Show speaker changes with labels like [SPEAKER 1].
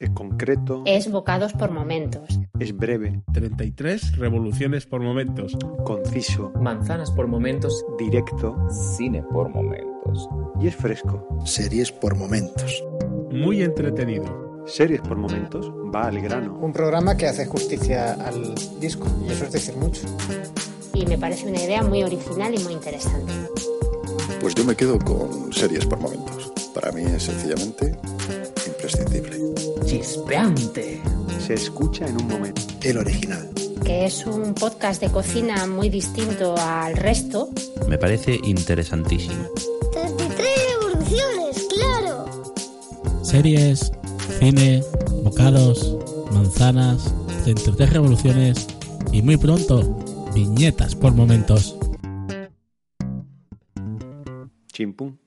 [SPEAKER 1] Es concreto,
[SPEAKER 2] es bocados por momentos.
[SPEAKER 1] es breve,
[SPEAKER 3] 33 revoluciones por momentos.
[SPEAKER 1] conciso,
[SPEAKER 4] Manzanas por momentos,
[SPEAKER 1] directo
[SPEAKER 5] Cine por momentos.
[SPEAKER 1] y es fresco.
[SPEAKER 6] series por momentos.
[SPEAKER 3] Muy entretenido.
[SPEAKER 1] Series por momentos, va al grano.
[SPEAKER 7] Un programa que hace justicia al disco, y eso es decir mucho.
[SPEAKER 2] Y me parece una idea muy original y muy interesante.
[SPEAKER 6] Pues yo me quedo con series por momentos. Para mí es sencillamente imprescindible.
[SPEAKER 4] chispeante.
[SPEAKER 1] Se escucha en un momento.
[SPEAKER 6] El original.
[SPEAKER 2] Que es un podcast de cocina muy distinto al resto.
[SPEAKER 8] Me parece interesantísimo.
[SPEAKER 9] 33 revoluciones, claro.
[SPEAKER 10] Series, cine, bocados, manzanas, 33 revoluciones y muy pronto viñetas por momentos.
[SPEAKER 1] Chimpum.